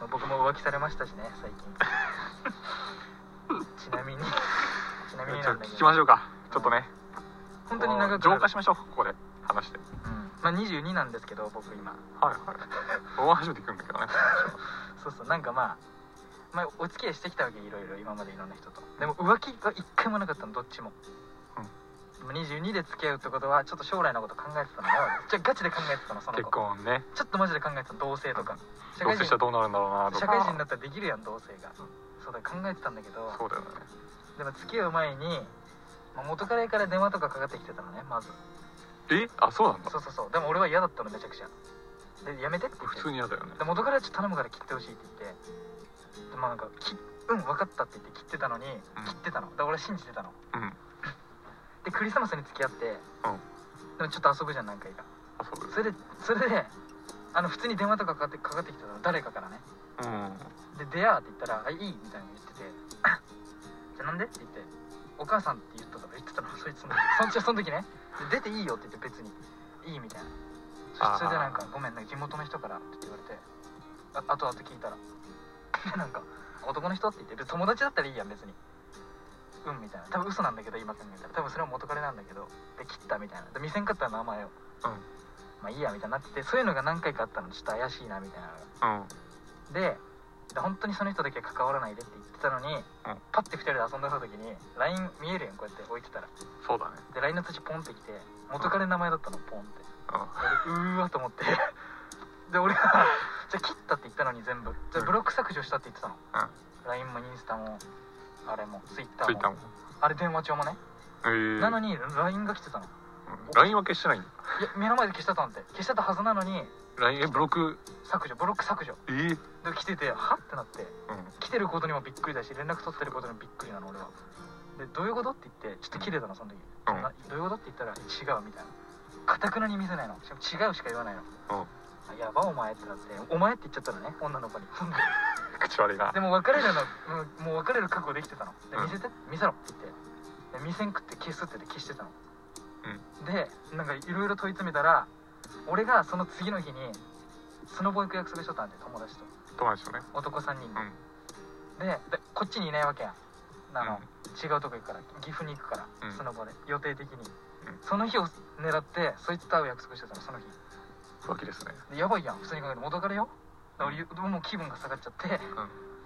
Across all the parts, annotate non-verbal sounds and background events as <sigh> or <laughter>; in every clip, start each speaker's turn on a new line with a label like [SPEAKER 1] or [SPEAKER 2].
[SPEAKER 1] 浮気されましたしね最
[SPEAKER 2] <laughs>
[SPEAKER 1] 近ちなみにちなみに
[SPEAKER 2] ちょ
[SPEAKER 1] な
[SPEAKER 2] っ
[SPEAKER 1] ん
[SPEAKER 2] と
[SPEAKER 1] だけど
[SPEAKER 2] 聞きましょうかちょっとね
[SPEAKER 1] 本当に長くな
[SPEAKER 2] 浄
[SPEAKER 1] る
[SPEAKER 2] 化しましょうここで話して
[SPEAKER 1] うんまあ22なんですけど僕今
[SPEAKER 2] はいはい <laughs> 大初めて来るんだけどね
[SPEAKER 1] そうそうなんかまあ、まあ、お付き合いしてきたわけいろいろ今までいろんな人とでも浮気が一回もなかったのどっちも、うん、22で付き合うってことはちょっと将来のこと考えてたのよじゃあガチで考えてたのその
[SPEAKER 2] 結
[SPEAKER 1] 子
[SPEAKER 2] 婚ね
[SPEAKER 1] ちょっとマジで考えてたの同性とか社
[SPEAKER 2] どう
[SPEAKER 1] 会
[SPEAKER 2] せ
[SPEAKER 1] 人
[SPEAKER 2] したらどうなるんだろうなと
[SPEAKER 1] 社
[SPEAKER 2] か
[SPEAKER 1] 会人になったらできるやん同性が、そうだ考えてたんだけど
[SPEAKER 2] そうだよね
[SPEAKER 1] でも付き合う前に、まあ元カレから電話とかかかってきてたのねまず
[SPEAKER 2] えあそうなんだ
[SPEAKER 1] そうそうそうでも俺は嫌だったのめちゃくちゃでやめてって言って
[SPEAKER 2] 普通に嫌だよね
[SPEAKER 1] で元からちょっと頼むから切ってほしいって言ってでまあなんかき「うん分かった」って言って切ってたのに、切ってたのだから俺信じてたの
[SPEAKER 2] うん
[SPEAKER 1] でクリスマスに付き合って、でもちょっと遊ぶじゃん何回か
[SPEAKER 2] あそう
[SPEAKER 1] それでそれであの普通に電話とかかかってかかってきてたの誰かからね
[SPEAKER 2] だようん
[SPEAKER 1] で「出会う」って言ったら「あいい」みたいなの言ってて <clears throat> 「じゃあなんで?」って言って「お母さん」って言ったの言ってたの <laughs> そいつもそんちその時ねで出ていいよって言って別にいいみたいなそしてそれでなんか「ごめんね地元の人から」って言われてあ後々聞いたら <laughs> でなんか「男の人?」って言って別に友達だったらいいやん別にうんみたいな多分嘘なんだけど今考えたら多分それは元彼なんだけどで切ったみたいなで見せんかったら名前を
[SPEAKER 2] うん
[SPEAKER 1] まあいいやみたいになっててそういうのが何回かあったのちょっと怪しいなみたいなのが
[SPEAKER 2] うん
[SPEAKER 1] でで本当にその人だけ関わらないでって言ってたのに、パッて2人で遊んでた時に LINE 見えるやんこうやって置いてたら
[SPEAKER 2] そうだね
[SPEAKER 1] で LINE の途中ポンってきて元彼の名前だったのポンって
[SPEAKER 2] う
[SPEAKER 1] 俺うーわと思って <laughs> で俺はじゃあ切ったって言ったのに全部じゃあブロック削除したって言ってたの、LINE もインスタもあれも Twitter
[SPEAKER 2] ん
[SPEAKER 1] も
[SPEAKER 2] ついたもん
[SPEAKER 1] あれ電話帳もね、
[SPEAKER 2] えー
[SPEAKER 1] なのに LINE が来てたのい
[SPEAKER 2] うん LINE 分けしてないんだ
[SPEAKER 1] や目の前で消してたんって消してたはずなのに
[SPEAKER 2] LINE えブロック
[SPEAKER 1] 削除ブロック削除
[SPEAKER 2] えー
[SPEAKER 1] で来ててはってなって
[SPEAKER 2] うん
[SPEAKER 1] 来てることにもびっくりだし連絡取ってることにもびっくりなの俺はでどういうことって言ってちょっと切れたのその時、
[SPEAKER 2] うん
[SPEAKER 1] などういうことって言ったら違うみたいなかたくなに見せないのしかも違うしか言わないの
[SPEAKER 2] うん
[SPEAKER 1] あやばお前ってなってお前って言っちゃったのね女の子に <laughs>
[SPEAKER 2] 口悪いな
[SPEAKER 1] でも別れるのうんもう別れる覚悟できてたので
[SPEAKER 2] うん
[SPEAKER 1] 見せて、見せろって言ってで見せんくって消すって言って消してたの、でなんかいろいろ問い詰めたら俺がその次の日にスノボ行く約束しとったんで友達と
[SPEAKER 2] 友達とね
[SPEAKER 1] 男3人で
[SPEAKER 2] う、ん
[SPEAKER 1] ででこっちにいないわけやんあの、
[SPEAKER 2] うん
[SPEAKER 1] 違うとこ行くから岐阜に行くから、
[SPEAKER 2] うん
[SPEAKER 1] その場で予定的に、
[SPEAKER 2] うん
[SPEAKER 1] その日を狙ってそいつと会う約束してたのその日
[SPEAKER 2] 浮気ですね
[SPEAKER 1] でやばいやん普通に考えて元彼よだから俺もう気分が下がっちゃって、
[SPEAKER 2] ん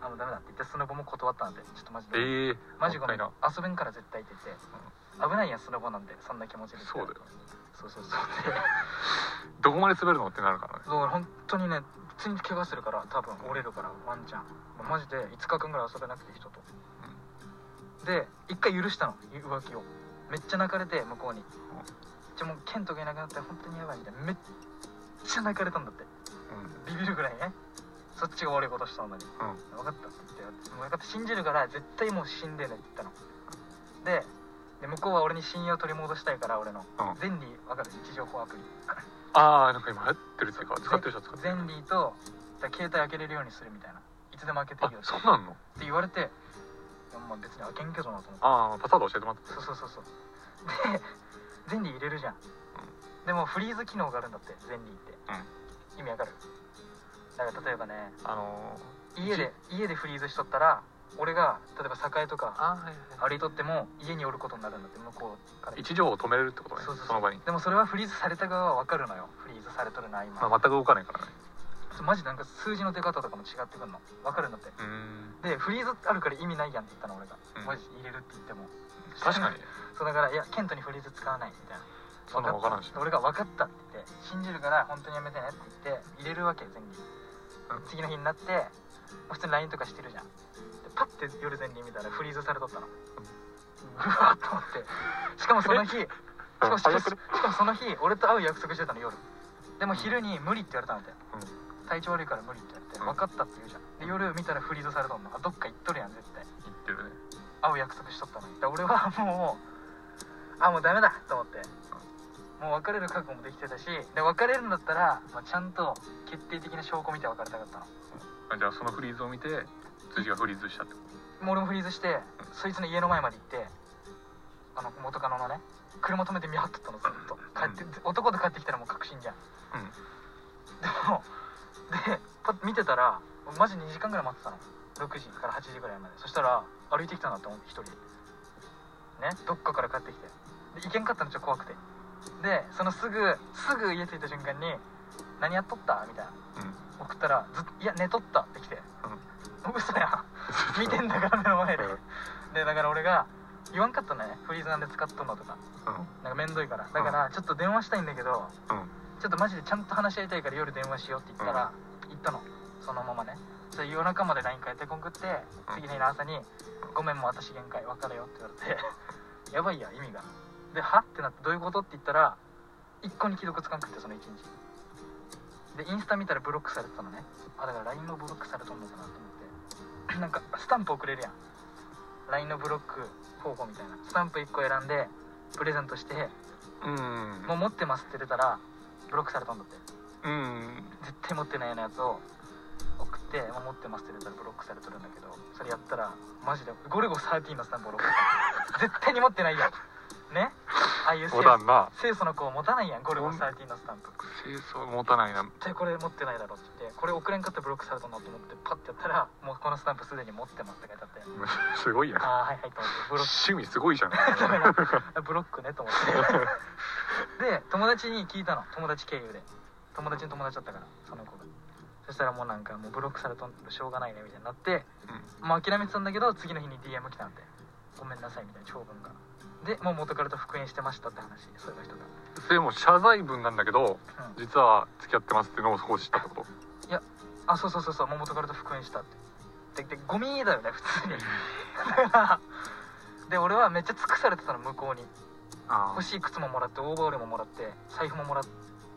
[SPEAKER 1] あもうダメだって言ってスノボも断ったんでちょっとマジ
[SPEAKER 2] え
[SPEAKER 1] で、
[SPEAKER 2] ー
[SPEAKER 1] マジごめん
[SPEAKER 2] もっ
[SPEAKER 1] 遊べんから絶対って言って、危ないやんスノボなんでそんな気持ち
[SPEAKER 2] たい
[SPEAKER 1] で
[SPEAKER 2] なそうだよ
[SPEAKER 1] そうそうそうで
[SPEAKER 2] どこまで滑るのってなるからね
[SPEAKER 1] そう本当にね普通に怪我するから多分折れるからワンちゃんもうマジで5日間ぐらい遊べなくて人と、で一回許したの浮気をめっちゃ泣かれて向こうに、じゃもうケントがいなくなって本当にやばいみたいなめっちゃ泣かれたんだって
[SPEAKER 2] うん
[SPEAKER 1] ビビるぐらいねそっちが悪いことしたのに
[SPEAKER 2] うん
[SPEAKER 1] 分かったって言って分かった信じるから絶対もう死んでねって言ったのでで向こうは俺に信用取り戻したいから俺の、
[SPEAKER 2] うん
[SPEAKER 1] ゼンリー分かる位置情報アプリ
[SPEAKER 2] ああなんか今流行ってるっていうか使ってる人は使って
[SPEAKER 1] ゼ
[SPEAKER 2] る
[SPEAKER 1] ンリーとだから携帯開けれるようにするみたいないつでも開けてい
[SPEAKER 2] あ
[SPEAKER 1] いよって
[SPEAKER 2] そうなんの
[SPEAKER 1] 言われていやまあ別に開けんけどなと思って
[SPEAKER 2] ああパスワード教えてもらった
[SPEAKER 1] そうそうそうそうでゼンリー入れるじゃん、でもフリーズ機能があるんだってゼンリーって、意味わかるだから例えばね
[SPEAKER 2] あの
[SPEAKER 1] 家で家でフリーズしとったら俺が例えば栄とか
[SPEAKER 2] ああはい
[SPEAKER 1] 歩いとっても家におることになるんだって向こうから
[SPEAKER 2] 位置情報を止めれるってことね
[SPEAKER 1] そうそうそう
[SPEAKER 2] の場に、
[SPEAKER 1] でもそれはフリーズされた側はわかるのよフリーズされとるな今、
[SPEAKER 2] まあ、全く動かないからね
[SPEAKER 1] マジなんか数字の出方とかも違ってくんのわかるんだって
[SPEAKER 2] うーん
[SPEAKER 1] でフリーズあるから意味ないやんって言ったの俺が、
[SPEAKER 2] うん
[SPEAKER 1] マジ入れるって言っても
[SPEAKER 2] 確かに
[SPEAKER 1] そうだからいやケントにフリーズ使わないみたいな
[SPEAKER 2] そんなの
[SPEAKER 1] 分かっ
[SPEAKER 2] 分から
[SPEAKER 1] た
[SPEAKER 2] んし
[SPEAKER 1] 俺が分かったって言って信じるから本当にやめてねって言って入れるわけ全員、
[SPEAKER 2] うん
[SPEAKER 1] 次の日になって普通に LINE とかしてるじゃんでパッて夜全員見たらフリーズされとったの、うわーっと思ってしかもその日しかもし
[SPEAKER 2] 早く
[SPEAKER 1] しかもその日俺と会う約束してたの夜でも昼に無理って言われたんだよ、体調悪いから無理って言われて分
[SPEAKER 2] うん
[SPEAKER 1] かったって言うじゃんで夜見たらフリーズされとんのあどっか行っとるやん絶対
[SPEAKER 2] 言ってるね
[SPEAKER 1] 会う約束しとったのにだ俺はもうあもうダメだと思ってもう別れる覚悟もできてたしで別れるんだったら、まあ、ちゃんと決定的な証拠見て別れたかったの
[SPEAKER 2] あじゃあそのフリーズを見て辻がフリーズしたってこ
[SPEAKER 1] もう俺もフリーズしてそいつの家の前まで行ってあの元カノのね車止めて見張っとったのずっと帰って、男と帰ってきたらもう確信じゃん
[SPEAKER 2] とうん
[SPEAKER 1] でもでパッと見てたら俺マジ2時間ぐらい待ってたの6時から8時ぐらいまでそしたら歩いてきたなって思って1人ねどっかから帰ってきてで行けんかったのちょっと怖くてでそのすぐすぐ家着いた瞬間に「何やっとった?」みたいな送ったらずっと「いや寝とった」って来て「嘘やん <laughs> 見てんだから目の前で」でだから俺が言わんかったんだよねフリーズなんで使っとんのとかなんかめんどいからだからちょっと電話したいんだけどちょっとマジでちゃんと話し合いたいから夜電話しようって言ったら、行ったのそのままねそれ夜中まで LINE 帰ってこんくって次の日の朝に「ごめんもう私限界別れよ」って言われて <laughs> やばいや意味がで「は?」ってなってどういうことって言ったら一個に既読つかんくってその一日でインスタ見たらブロックされてたのねあだから LINE もブロックされとんのかなと思って <laughs> なんかスタンプ送れるやん LINE のブロック方法みたいなスタンプ1個選んでプレゼントして「もう持ってます」って出たらブロックされたんだって絶対持ってないようなやつを送って「もう持ってます」って入れたらブロックされてるんだけどそれやったらマジでゴルゴ13のスタンプをロックされて絶対に持ってないやんねああいう清
[SPEAKER 2] モダンな
[SPEAKER 1] 清楚の子を持たないやんゴルゴ13のスタンプ絶
[SPEAKER 2] 清掃持たないな
[SPEAKER 1] 対これ持ってないだろって言ってこれ送れんかったらブロックされたなと思ってパッてやったらもうこのスタンプすでに持ってますって書いてあって
[SPEAKER 2] すごいやん
[SPEAKER 1] ああはいはいと思ってブロック
[SPEAKER 2] 趣味すごいじゃん
[SPEAKER 1] ダメだ <laughs> ブロックねと思ってで友達に聞いたの友達経由で友達の友達だったからその子がそしたらもうなんかもうブロックされとんしょうがないねみたいになって、まあ、諦めてたんだけど次の日に DM 来たんでごめんなさいみたいな長文がでもう元彼と復縁してましたって話そういう人が
[SPEAKER 2] それも謝罪文なんだけ
[SPEAKER 1] う
[SPEAKER 2] ど
[SPEAKER 1] ん
[SPEAKER 2] 実は付き合ってますっていうのを少し知ったってこと
[SPEAKER 1] あそうそうそうそうもう元彼と復縁したってででゴミだよね普通にだから <laughs> で俺はめっちゃ尽くされてたの向こうに
[SPEAKER 2] あ
[SPEAKER 1] 欲しい靴ももらってオーバーオールももらって財布ももらっ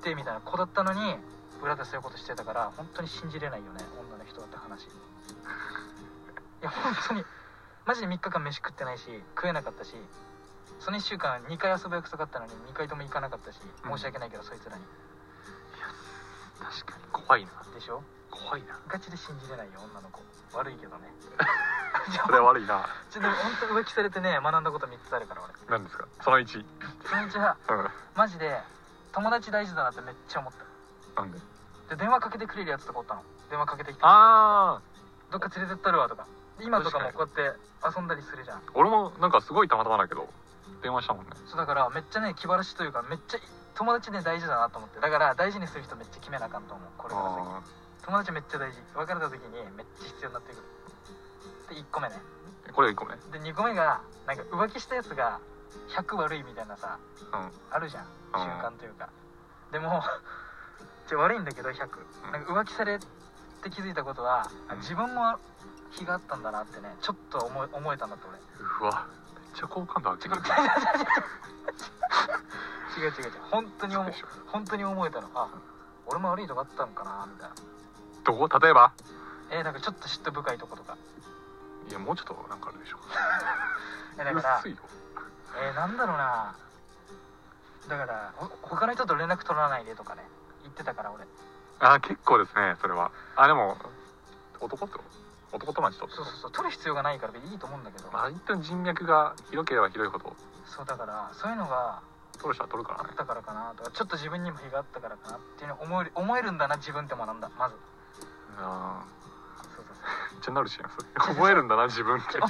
[SPEAKER 1] てみたいな子だったのに裏でそういうことしてたから本当に信じれないよね女の人だって話いや本当にマジで3日間飯食ってないし食えなかったしその1週間2回遊ぶ約束あったのに2回とも行かなかったし
[SPEAKER 2] うん
[SPEAKER 1] 申し訳ないけどそいつらに
[SPEAKER 2] 確かに怖いな
[SPEAKER 1] でしょ
[SPEAKER 2] 怖いな
[SPEAKER 1] ガチで信じれないよ女の子悪いけ <laughs> どねちょ
[SPEAKER 2] それは悪いな
[SPEAKER 1] ちょっと本当浮気されてね学んだこと3つあるから俺
[SPEAKER 2] 何ですかその1うん
[SPEAKER 1] そのうちはマジで友達大事だなってめっちゃ思った
[SPEAKER 2] なんで
[SPEAKER 1] で電話かけてくれるやつとかおったの電話かけてきて
[SPEAKER 2] ああ
[SPEAKER 1] どっか連れてったるわとか今とかも
[SPEAKER 2] 確
[SPEAKER 1] こうやって遊んだりするじゃん
[SPEAKER 2] 俺もなんかすごいたまたまだけど電話したもんね
[SPEAKER 1] そうだからめっちゃね気晴らしというかめっちゃ友達ね大事だなと思ってだから大事にする人めっちゃ決めなあかんと思うこれから先
[SPEAKER 2] あ
[SPEAKER 1] 友達めっちゃ大事別れた時にめっちゃ必要になってくるで1個目ね
[SPEAKER 2] あこれ1個目うん
[SPEAKER 1] で2個目がなんか浮気したやつが100悪いみたいなさあるじゃん習慣というかでも <laughs> ちょ悪いんだけど100なんか浮気されて気づいたことはあ
[SPEAKER 2] うん
[SPEAKER 1] 自分も日があったんだなってねちょっと思い思えたんだって俺
[SPEAKER 2] うわめっちゃ好感度上げてる
[SPEAKER 1] 違う違う違う本当に思う
[SPEAKER 2] でしょ
[SPEAKER 1] 本当に思えたのあ俺も悪いとこあったのかなみたいな
[SPEAKER 2] <laughs> どこ例えば
[SPEAKER 1] えー、なんかちょっと嫉妬深いとことか
[SPEAKER 2] いやもうちょっとなんかあるでしょ
[SPEAKER 1] えーだから
[SPEAKER 2] 薄いよ
[SPEAKER 1] えー、なんだろうなだからほ他の人と連絡取らないでとかね言ってたから俺
[SPEAKER 2] ああ結構ですねそれはあでも男ってこと男友達とって
[SPEAKER 1] そう
[SPEAKER 2] こ
[SPEAKER 1] そうそう取る必要がないからいいと思うんだけど
[SPEAKER 2] とまあ相手の人脈が広ければ広いほど
[SPEAKER 1] そうだからそういうのが
[SPEAKER 2] 取る人は取るから
[SPEAKER 1] あ
[SPEAKER 2] ね
[SPEAKER 1] ったからかなとかちょっと自分にも非があったからかなっていうのを思える思えるんだな自分って学んだまず
[SPEAKER 2] あ
[SPEAKER 1] そうそうそう
[SPEAKER 2] あめっちゃなるしなそれ覚えるんだな自分って <laughs> あ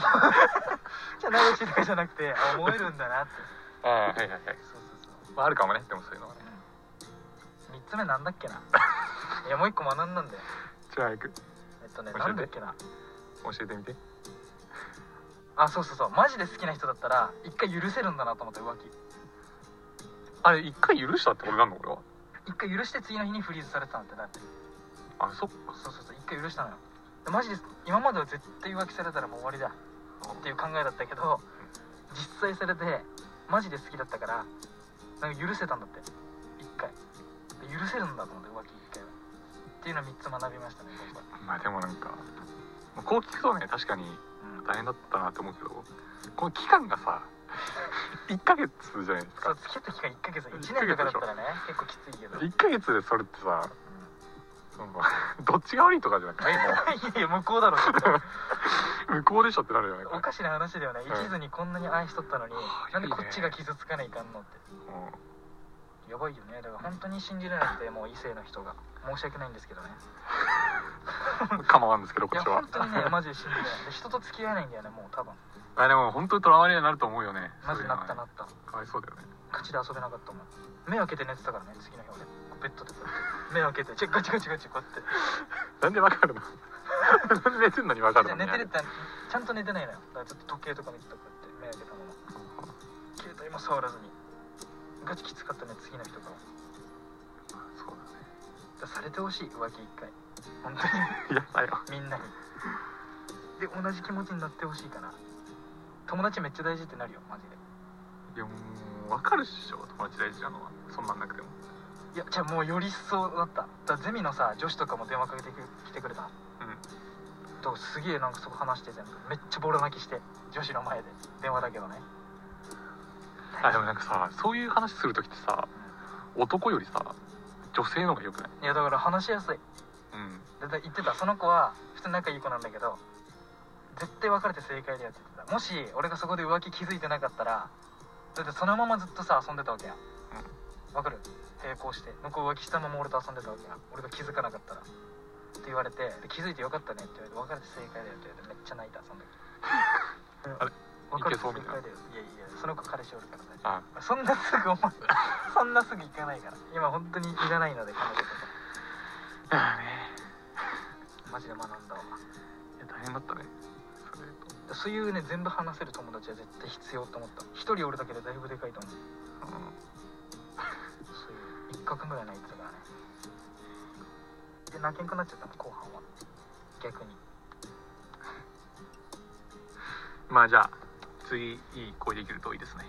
[SPEAKER 1] じゃあ長い時代じゃなくてあ思えるんだなって
[SPEAKER 2] あはいはいはい、
[SPEAKER 1] そうそうそう
[SPEAKER 2] まあ、あるかもねでもそういうのはね
[SPEAKER 1] 3つ目なんだっ <laughs> けないやもう1個学んだんだよ
[SPEAKER 2] じゃあ早く
[SPEAKER 1] えっとね
[SPEAKER 2] 教えて
[SPEAKER 1] なんだっけな
[SPEAKER 2] 教えてみて
[SPEAKER 1] あそうそうそうマジで好きな人だったら一回許せるんだなと思った浮気
[SPEAKER 2] あれ一回許したってことなんの俺は
[SPEAKER 1] 一回許して次の日にフリーズされてたんだってだって
[SPEAKER 2] あそっか
[SPEAKER 1] そうそうそう一回許したのよでマジで今までは絶対浮気されたらもう終わりだっていう考えだったけど実際されてマジで好きだったからなんか許せたんだって一回で許せるんだと思って浮気一回はっていうのを3つ学びましたね今
[SPEAKER 2] まあでもなんかこう聞くとね確かに
[SPEAKER 1] 回、うん、
[SPEAKER 2] 大変だったなって思うけどこの期間がさ <laughs> 1ヶ月じゃないです
[SPEAKER 1] そう
[SPEAKER 2] か
[SPEAKER 1] 付き合った期間1ヶ月1年とかだったらね結構きついけど、うん、い
[SPEAKER 2] 1ヶ月でそれってさその <laughs> どっちが悪いとかじゃなくて
[SPEAKER 1] やいや向こうだろ絶
[SPEAKER 2] <laughs>
[SPEAKER 1] 対
[SPEAKER 2] 向こうでしょってなるよねこ
[SPEAKER 1] お
[SPEAKER 2] れ
[SPEAKER 1] かしな話だよね
[SPEAKER 2] うん
[SPEAKER 1] 一途にこんなに愛しとったのに、
[SPEAKER 2] はあ
[SPEAKER 1] なんでこっちが傷つかないかんのって
[SPEAKER 2] うん
[SPEAKER 1] やばいよねだから本当に信じられなくてもう異性の人が申し訳ないんですけどね
[SPEAKER 2] 構わんですけどこ
[SPEAKER 1] や
[SPEAKER 2] っちは
[SPEAKER 1] 本当にねマジでしんどいで人と付き合えないんだよねもう多分
[SPEAKER 2] <laughs> あでも本当にとらわれになると思うよね
[SPEAKER 1] マジなったな
[SPEAKER 2] っ
[SPEAKER 1] った
[SPEAKER 2] たかわいそうだよね
[SPEAKER 1] 口で遊べなかったもん目開けて寝てたからね次の日俺ベッドでこうやって目開けてちょガチガチガチこうやって
[SPEAKER 2] なんでわかるの <laughs> なんで寝てんのにわかるの
[SPEAKER 1] いや寝てるってちゃんと寝てないのよだからちょっと時計とか見てたこうやって目開けたまま携帯も触らずにガチきつかったね次の日とかは
[SPEAKER 2] そうだね
[SPEAKER 1] だからされてほしい浮気一回本当に
[SPEAKER 2] やだよ
[SPEAKER 1] みんなにで同じ気持ちになってほしいかな友達めっちゃ大事ってなるよマジで
[SPEAKER 2] いやもうわかるっしょ友達大事なのはそんなんなくても
[SPEAKER 1] いやじゃあもうより一層だっただからゼミのさ女子とかも電話かけてきてくれた
[SPEAKER 2] う
[SPEAKER 1] とすげえなんかそこ話して全部めっちゃボロ泣きして女子の前で電話だけどね
[SPEAKER 2] んあでもなんかさそういう話するときってさ男よりさ女性の方がよくない
[SPEAKER 1] いやだから話しやすい
[SPEAKER 2] うん
[SPEAKER 1] だだ言ってたその子は普通に仲いい子なんだけど絶対別れて正解だよって言ってたもし俺がそこで浮気気づいてなかったらだってそのままずっとさ遊んでたわけやわかる並行して向こう浮気したまま俺と遊んでたわけや俺が気づかなかったらって言われてで気づいてよかったねって言われて別れて正解だよって言われてめっちゃ泣いたその時
[SPEAKER 2] <laughs> あれ
[SPEAKER 1] 別れて
[SPEAKER 2] いけそう
[SPEAKER 1] 正
[SPEAKER 2] み
[SPEAKER 1] 解
[SPEAKER 2] たいな
[SPEAKER 1] だよいやいやその子彼氏おるから大丈
[SPEAKER 2] あ
[SPEAKER 1] 夫そんなすぐお前そんなすぐ行かないから今本当にいらないので彼女とか
[SPEAKER 2] あね
[SPEAKER 1] マジで学んだわ
[SPEAKER 2] いや大変だったねそれと
[SPEAKER 1] そういうね全部話せる友達は絶対必要と思った一人おるだけでだいぶでかいと思う
[SPEAKER 2] う
[SPEAKER 1] そういう一角ぐらい泣いてたからねで泣けんくなっちゃったの後半は逆に
[SPEAKER 2] んまあじゃあ次いい恋できるといいですね